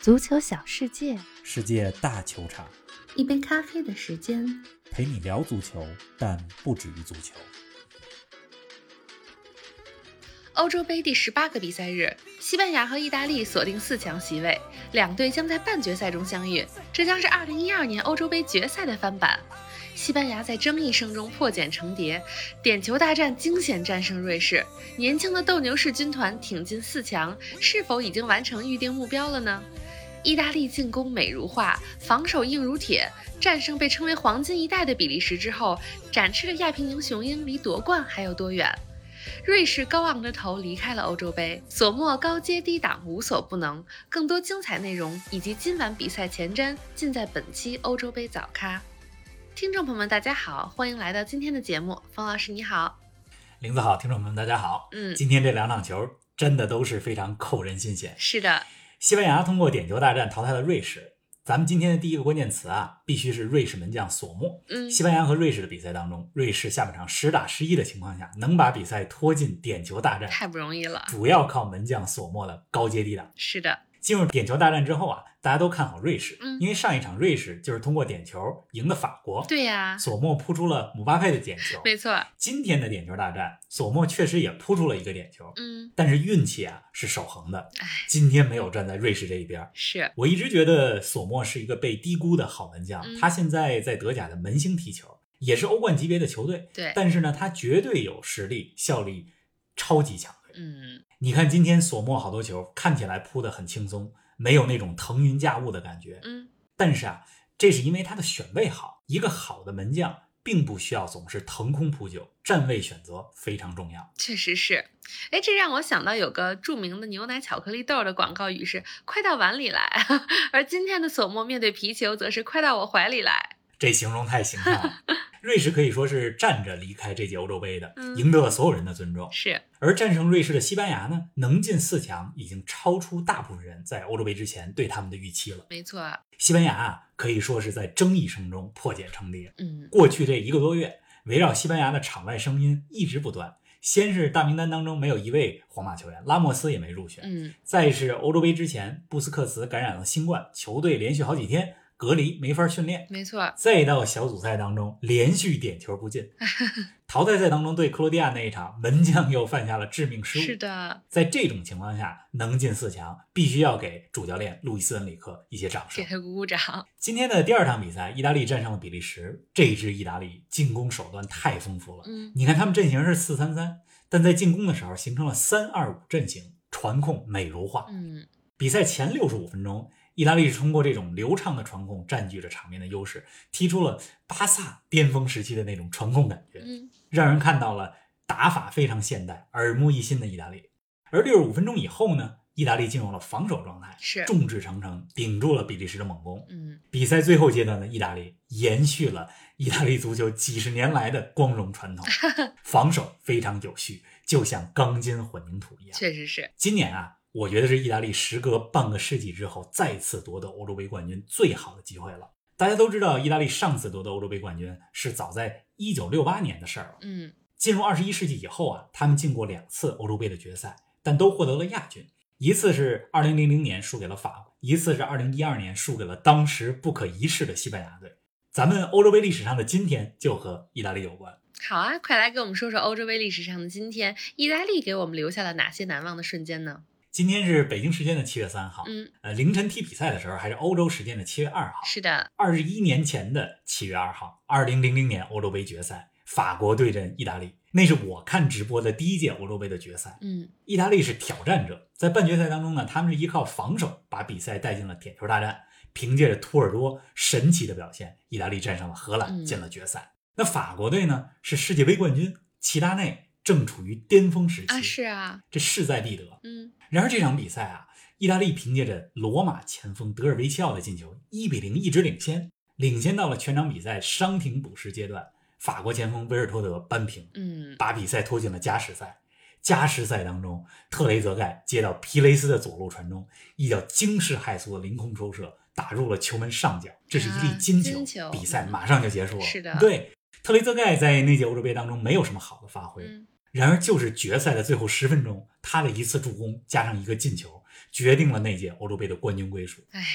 足球小世界，世界大球场，一杯咖啡的时间。陪你聊足球，但不止于足球。欧洲杯第十八个比赛日，西班牙和意大利锁定四强席位，两队将在半决赛中相遇。这将是2012年欧洲杯决赛的翻版。西班牙在争议声中破茧成蝶，点球大战惊险战胜瑞士。年轻的斗牛士军团挺进四强，是否已经完成预定目标了呢？意大利进攻美如画，防守硬如铁，战胜被称为“黄金一代”的比利时之后，展翅的亚平宁雄鹰离夺冠还有多远？瑞士高昂着头离开了欧洲杯，索莫高阶低档无所不能。更多精彩内容以及今晚比赛前瞻，尽在本期欧洲杯早咖。听众朋友们，大家好，欢迎来到今天的节目。冯老师你好，林子好，听众朋友们，大家好。嗯，今天这两场球真的都是非常扣人心弦。是的，西班牙通过点球大战淘汰了瑞士。咱们今天的第一个关键词啊，必须是瑞士门将索莫。嗯，西班牙和瑞士的比赛当中，瑞士下半场十打十一的情况下，能把比赛拖进点球大战，太不容易了。主要靠门将索莫的高接低挡。是的，进入点球大战之后啊，大家都看好瑞士，嗯因为上一场瑞士就是通过点球赢的法国。对呀、索莫扑出了姆巴佩的点球。没错。今天的点球大战，索莫确实也扑出了一个点球，嗯，但是运气啊是守恒的哎，今天没有站在瑞士这一边。是，我一直觉得索莫是一个被低估的好门将，嗯他现在在德甲的门兴踢球，也是欧冠级别的球队，对，但是呢，他绝对有实力，效力超级强队。嗯，你看今天索莫好多球看起来扑得很轻松，没有那种腾云驾雾的感觉，嗯，但是啊，这是因为他的选位好，一个好的门将。并不需要总是腾空扑救，站位选择非常重要。确实是。哎，这让我想到有个著名的牛奶巧克力豆的广告语是“快到碗里来”，而今天的索莫面对皮球则是“快到我怀里来这形容太形象了。瑞士可以说是站着离开这届欧洲杯的，嗯赢得了所有人的尊”。重。是，而战胜瑞士的西班牙呢，能进四强已经超出大部分人在欧洲杯之前对他们的预期了。没错。西班牙啊，可以说是在争议声中破茧成蝶。嗯，过去这一个多月，围绕西班牙的场外声音一直不断。先是大名单当中没有一位皇马球员，拉莫斯也没入选；嗯，再是欧洲杯之前，布斯克茨感染了新冠，球队连续好几天隔离，没法训练。没错。再到小组赛当中连续点球不 进，淘汰赛当中对克罗地亚那一场，门将又犯下了致命失误。是的，在这种情况下，能进四强，必须要给主教练路易斯恩里克一些掌给声。他鼓鼓掌。今天的第二场比赛，意大利战胜了比利时。这支意大利进攻手段太丰富了，嗯，你看他们阵型是四三三，但在进攻的时候形成了三二五阵型，传控美如画。嗯，比赛前六十五分钟，意大利是通过这种流畅的传控占据着场面的优势，踢出了巴萨巅峰时期的那种传控感觉，嗯，让人看到了打法非常现代、耳目一新的意大利。而六十五分钟以后呢，意大利进入了防守状态，是，众志成城，顶住了比利时的猛攻。嗯，比赛最后阶段的意大利延续了意大利足球几十年来的光荣传统，防守非常有序，就像钢筋混凝土一样。确实是。今年啊，我觉得是意大利时隔半个世纪之后再次夺得欧洲杯冠军最好的机会了。大家都知道，意大利上次夺得欧洲杯冠军是早在1968年的事儿了。嗯，进入二十一世纪以后啊，他们进过两次欧洲杯的决赛，但都获得了亚军。一次是2000年输给了法国，一次是2012年输给了当时不可一世的西班牙队。咱们欧洲杯历史上的今天就和意大利有关。好啊，快来给我们说说欧洲杯历史上的今天，意大利给我们留下了哪些难忘的瞬间呢？今天是北京时间的七月三号，嗯，呃，凌晨踢比赛的时候还是欧洲时间的七月二号。是的，二十一年前的七月二号，二零零零年欧洲杯决赛，法国对阵意大利，那是我看直播的第一届欧洲杯的决赛。嗯，意大利是挑战者，在半决赛当中呢，他们是依靠防守把比赛带进了点球大战。凭借着托尔多神奇的表现，意大利战胜了荷兰，嗯进了决赛。那法国队呢，是世界杯冠军，齐达内正处于巅峰时期，啊，是啊，这势在必得。嗯，然而这场比赛啊，意大利凭借着罗马前锋德尔维齐奥的进球，一比零一直领先，领先到了全场比赛伤停补时阶段，法国前锋维尔托德扳平，嗯，把比赛拖进了加时赛。加时赛当中，特雷泽盖接到皮雷斯的左路传中，一脚惊世骇俗的凌空抽射打入了球门上角，这是一粒啊金球，金球比赛嗯马上就结束了。是的对，特雷泽盖在那届欧洲杯当中没有什么好的发挥，嗯，然而，就是决赛的最后十分钟，他的一次助攻加上一个进球，决定了那届欧洲杯的冠军归属。哎呀，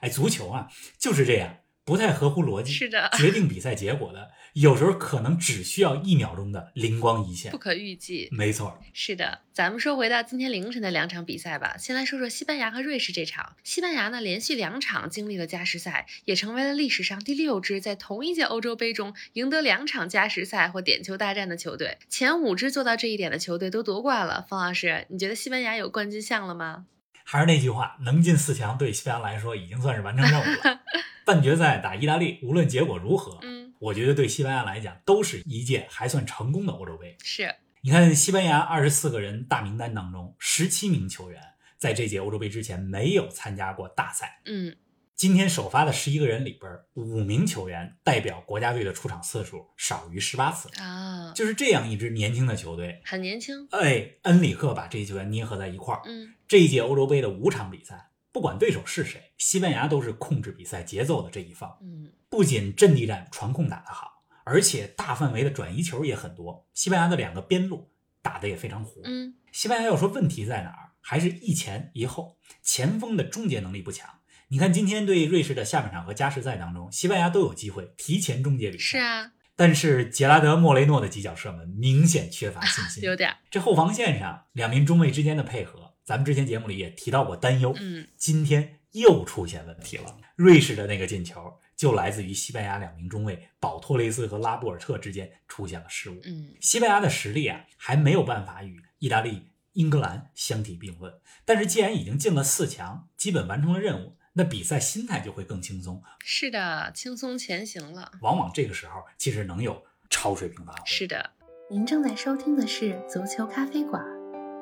哎，足球啊就是这样，不太合乎逻辑，是的决定比赛结果的，有时候可能只需要一秒钟的灵光一现不。可预计。没错儿，是的，咱们说回到今天凌晨的两场比赛吧。先来说说西班牙和瑞士这场。西班牙呢，连续两场经历了加时赛，也成为了历史上第六支在同一届欧洲杯中赢得两场加时赛或点球大战的球队。前五支做到这一点的球队都夺冠了。方老师，你觉得西班牙有冠军相了吗？还是那句话，能进四强对西班牙来说已经算是完成任务 了。半决赛打意大利，无论结果如何，嗯，我觉得对西班牙来讲都是一届还算成功的欧洲杯。是你看，西班牙二十四个人大名单当中，十七名球员在这届欧洲杯之前没有参加过大赛。嗯，今天首发的十一个人里边，五名球员代表国家队的出场次数少于十八次，啊、就是这样一支年轻的球队。很年轻。哎，恩里克把这些球员捏合在一块儿。嗯，这一届欧洲杯的五场比赛，不管对手是谁，西班牙都是控制比赛节奏的这一方。嗯，不仅阵地战传控打得好，而且大范围的转移球也很多。西班牙的两个边路打得也非常活。嗯，西班牙要说问题在哪儿，还是一前一后，前锋的终结能力不强。你看今天对瑞士的下半场和加时赛当中，西班牙都有机会提前终结比赛，是啊，但是杰拉德·莫雷诺的几脚射门明显缺乏信心。啊有点儿。这后防线上两名中卫之间的配合，咱们之前节目里也提到过担忧，嗯，今天又出现问题了。瑞士的那个进球就来自于西班牙两名中卫保托雷斯和拉波尔特之间出现了失误。嗯，西班牙的实力啊，还没有办法与意大利、英格兰相提并论。但是既然已经进了四强，基本完成了任务，那比赛心态就会更轻松。是的，轻松前行了。往往这个时候，其实能有超水平发挥。是的。您正在收听的是《足球咖啡馆》，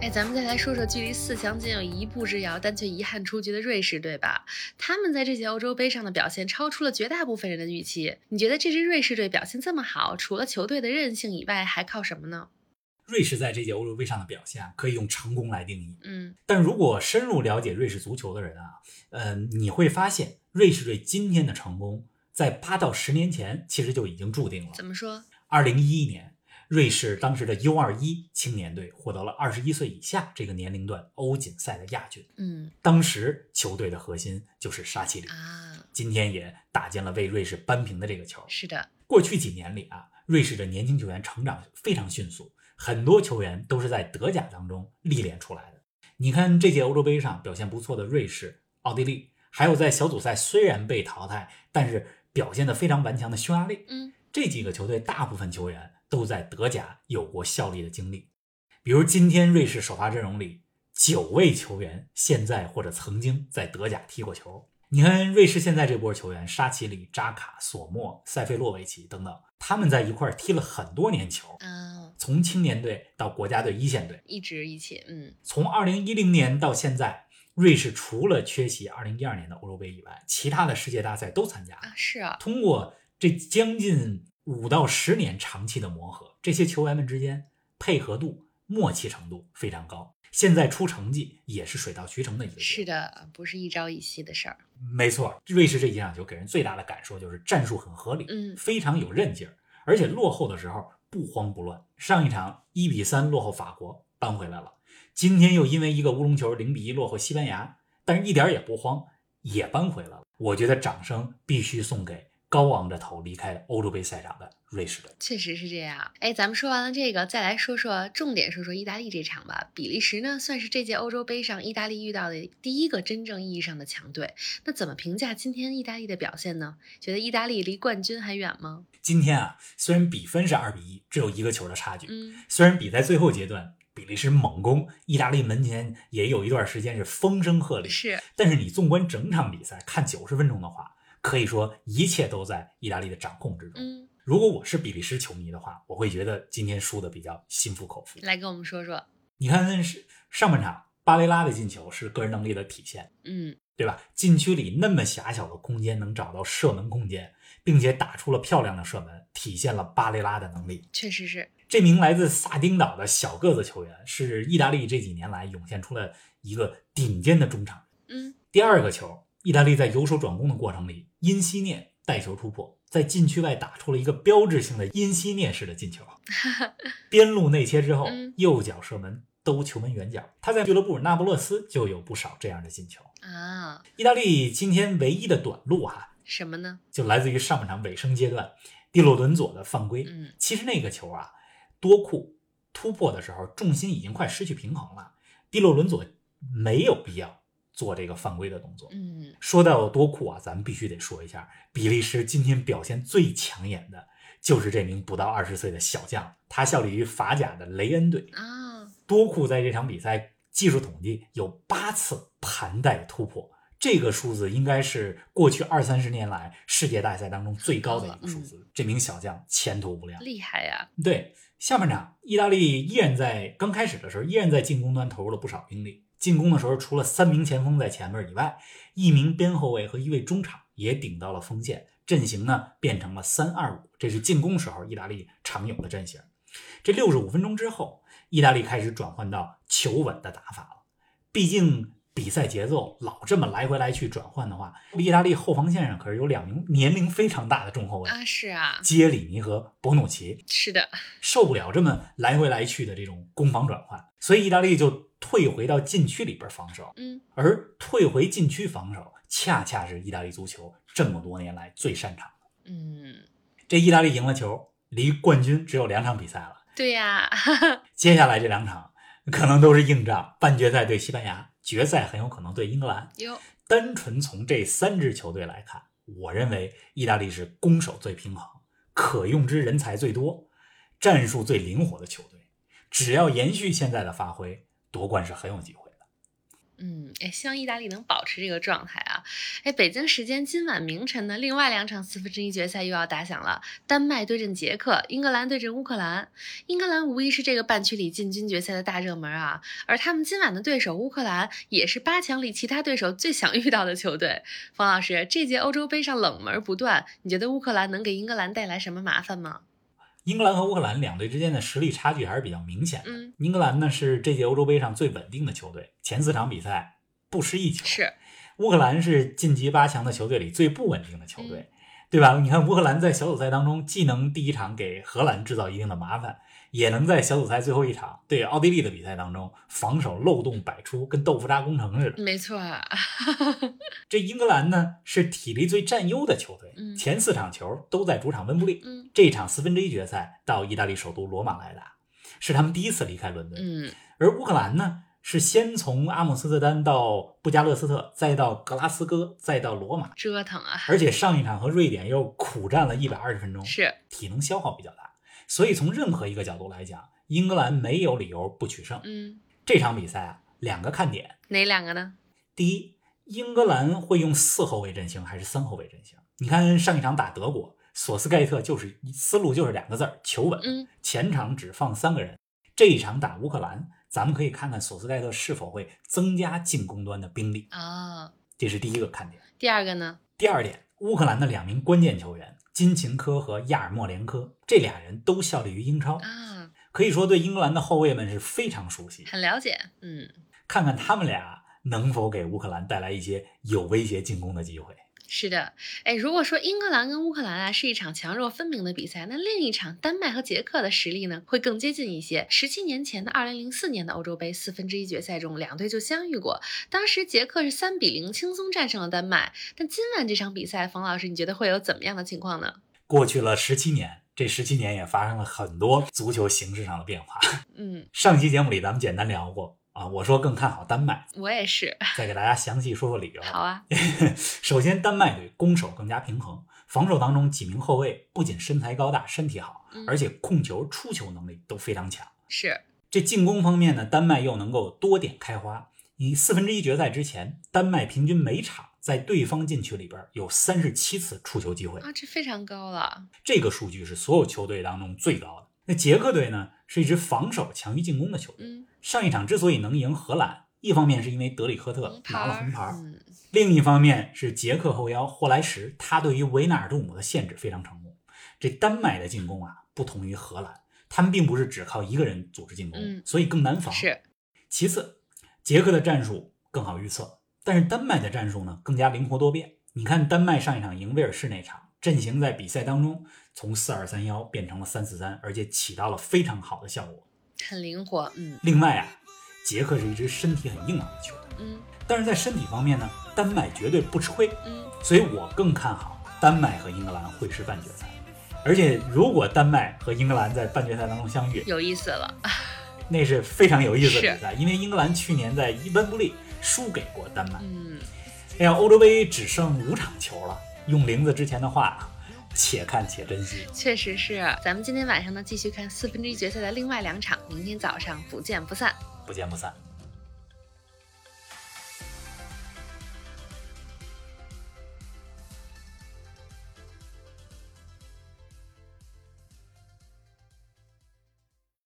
哎，咱们再来说说距离四强仅有一步之遥，但却遗憾出局的瑞士队吧。他们在这届欧洲杯上的表现超出了绝大部分人的预期。你觉得这支瑞士队表现这么好，除了球队的韧性以外，还靠什么呢？瑞士在这届欧洲杯上的表现啊，可以用成功来定义。嗯但如果深入了解瑞士足球的人啊，呃，你会发现瑞士队今天的成功，在八到十年前其实就已经注定了。怎么说？二零一一年，瑞士当时的 U 二一青年队获得了二十一岁以下这个年龄段欧锦赛的亚军。嗯当时球队的核心就是沙奇里，啊，今天也打进了为瑞士扳平的这个球。是的，过去几年里啊，瑞士的年轻球员成长非常迅速，很多球员都是在德甲当中历练出来的。你看这届欧洲杯上表现不错的瑞士、奥地利，还有在小组赛虽然被淘汰，但是表现得非常顽强的匈牙利，嗯这几个球队大部分球员都在德甲有过效力的经历。比如今天瑞士首发阵容里，九位球员现在或者曾经在德甲踢过球。你看瑞士现在这波球员，沙奇里、扎卡、索莫、塞费洛维奇等等，他们在一块儿踢了很多年球，啊，从青年队到国家队一线队，一直一起，嗯从二零一零年到现在。瑞士除了缺席二零一二年的欧洲杯以外，其他的世界大赛都参加了。啊，是啊，通过这将近五到十年长期的磨合，这些球员们之间配合度、默契程度非常高。现在出成绩也是水到渠成的一个。是，的，不是一朝一夕的事儿。没错。瑞士这几场球给人最大的感受就是战术很合理，嗯非常有韧劲儿，而且落后的时候不慌不乱。上一场一比三落后法国，扳回来了。今天又因为一个乌龙球零比一落后西班牙，但是一点儿也不慌，也扳回来了。我觉得掌声必须送给高昂着头离开欧洲杯赛场的瑞士队。确实是这样。哎，咱们说完了这个，再来说说重点，说说意大利这场吧。比利时呢，算是这届欧洲杯上意大利遇到的第一个真正意义上的强队。那怎么评价今天意大利的表现呢？觉得意大利离冠军还远吗？今天啊，虽然比分是二比一，只有一个球的差距，嗯，虽然比赛最后阶段比利时猛攻，意大利门前也有一段时间是风声鹤唳，是，但是你纵观整场比赛，看九十分钟的话，可以说一切都在意大利的掌控之中。嗯，如果我是比利时球迷的话，我会觉得今天输的比较心服口服。来跟我们说说。你看是上半场巴雷拉的进球是个人能力的体现，嗯对吧？禁区里那么狭小的空间能找到射门空间，并且打出了漂亮的射门，体现了巴雷拉的能力。确实是。这名来自萨丁岛的小个子球员，是意大利这几年来涌现出了一个顶尖的中场。嗯，第二个球，意大利在由守转攻的过程里，因西涅带球突破，在禁区外打出了一个标志性的因西涅式的进 球，边路内切之后嗯，右脚射门兜球门远角。他在俱乐部那不勒斯就有不少这样的进球。啊，意大利今天唯一的短路哈、什么呢？就来自于上半场尾声阶段，蒂洛伦佐的犯规。嗯其实那个球啊，多库突破的时候重心已经快失去平衡了，蒂洛伦佐没有必要做这个犯规的动作。嗯，说到多库啊，咱们必须得说一下，比利时今天表现最抢眼的就是这名不到二十岁的小将，他效力于法甲的雷恩队。啊，多库在这场比赛技术统计有八次盘带突破，这个数字应该是过去二三十年来世界大赛当中最高的一个数字。这名小将前途无量。厉害呀、对，下半场意大利依然在刚开始的时候依然在进攻端投入了不少兵力。进攻的时候，除了三名前锋在前面以外，一名边后卫和一位中场也顶到了锋线。阵型呢变成了三二五，这是进攻时候意大利常有的阵型。这六十五分钟之后，意大利开始转换到求稳的打法了。毕竟比赛节奏老这么来回来去转换的话，意大利后防线上可是有两名年龄非常大的中后卫，啊！是啊，杰里尼和博努奇。是的，受不了这么来回来去的这种攻防转换，所以意大利就退回到禁区里边防守。嗯，而退回禁区防守，恰恰是意大利足球这么多年来最擅长的。嗯，这意大利赢了球，离冠军只有两场比赛了，对呀、 接下来这两场可能都是硬仗，半决赛对西班牙，决赛很有可能对英格兰。哟，单纯从这三支球队来看，我认为意大利是攻守最平衡、可用之人才最多、战术最灵活的球队。只要延续现在的发挥，夺冠是很有机会的。嗯，哎，希望意大利能保持这个状态啊！哎，北京时间今晚凌晨的另外两场四分之一决赛又要打响了，丹麦对阵捷克，英格兰对阵乌克兰。英格兰无疑是这个半区里进军决赛的大热门啊，而他们今晚的对手乌克兰也是八强里其他对手最想遇到的球队。冯老师，这届欧洲杯上冷门不断，你觉得乌克兰能给英格兰带来什么麻烦吗？英格兰和乌克兰两队之间的实力差距还是比较明显的。嗯，英格兰呢是这届欧洲杯上最稳定的球队，前四场比赛不失一球。是，乌克兰是晋级八强的球队里最不稳定的球嗯队，对吧？你看乌克兰在小组赛当中，既能第一场给荷兰制造一定的麻烦，也能在小组赛最后一场对奥地利的比赛当中防守漏洞百出，跟豆腐渣工程似的。没错啊，这英格兰呢是体力最占优的球队嗯，前四场球都在主场温布利。 嗯这场四分之一决赛到意大利首都罗马来打，是他们第一次离开伦敦。嗯，而乌克兰呢，是先从阿姆斯特丹到布加勒斯特，再到格拉斯哥，再到罗马，折腾啊，而且上一场和瑞典又苦战了一百二十分钟，是，体能消耗比较大，所以从任何一个角度来讲，英格兰没有理由不取胜。嗯，这场比赛啊，两个看点，哪两个呢？第一，英格兰会用四后卫阵型还是三后卫阵型？你看上一场打德国，索斯盖特就是思路就是两个字儿求稳，嗯前场只放三个人。这一场打乌克兰，咱们可以看看索斯盖特是否会增加进攻端的兵力，啊、哦，这是第一个看点。第二个呢？第二点，乌克兰的两名关键球员金琴科和亚尔莫连科，这俩人都效力于英超，啊，可以说对英格兰的后卫们是非常熟悉。很了解，嗯，看看他们俩能否给乌克兰带来一些有威胁进攻的机会。是的，哎，如果说英格兰跟乌克兰啊是一场强弱分明的比赛，那另一场丹麦和捷克的实力呢会更接近一些。十七年前的二零零四年的欧洲杯四分之一决赛中，两队就相遇过，当时捷克是三比零轻松战胜了丹麦。但今晚这场比赛，冯老师你觉得会有怎么样的情况呢？过去了十七年，这十七年也发生了很多足球形式上的变化。嗯，上期节目里咱们简单聊过啊，我说更看好丹麦，我也是。再给大家详细说说理由。好啊， 首先，丹麦队攻守更加平衡，防守当中几名后卫不仅身材高大、身体好，嗯而且控球、出球能力都非常强。是，这进攻方面呢，丹麦又能够多点开花。以四分之一决赛之前，丹麦平均每场在对方禁区里边有三十七次触球机会，啊，这非常高了，这个数据是所有球队当中最高的。那捷克队呢，是一支防守强于进攻的球队。嗯上一场之所以能赢荷兰，一方面是因为德里赫特红牌拿了红牌儿儿，嗯，另一方面是捷克后腰霍莱什，他对于维纳尔杜姆的限制非常成功。这丹麦的进攻啊，不同于荷兰，他们并不是只靠一个人组织进攻，嗯所以更难防。是其次，捷克的战术更好预测，但是丹麦的战术呢更加灵活多变。你看，丹麦上一场赢威尔士那场，阵型在比赛当中从四二三幺变成了三四三，而且起到了非常好的效果。很灵活，嗯另外啊，捷克是一支身体很硬朗的球队，嗯但是在身体方面呢，丹麦绝对不吃亏。嗯，所以我更看好丹麦和英格兰会是半决赛。而且，如果丹麦和英格兰在半决赛当中相遇，有意思了，那是非常有意思的比赛，因为英格兰去年在伊温布利输给过丹麦。嗯，哎呀，欧洲杯只剩五场球了，用玲子之前的话，且看且珍惜。确实是。咱们今天晚上呢，继续看四分之一决赛的另外两场，明天早上不见不散。不见不散。